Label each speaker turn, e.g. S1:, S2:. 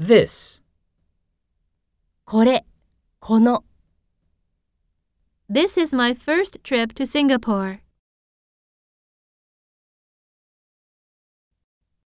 S1: This.
S2: これ、この。
S3: This is my first trip to Singapore.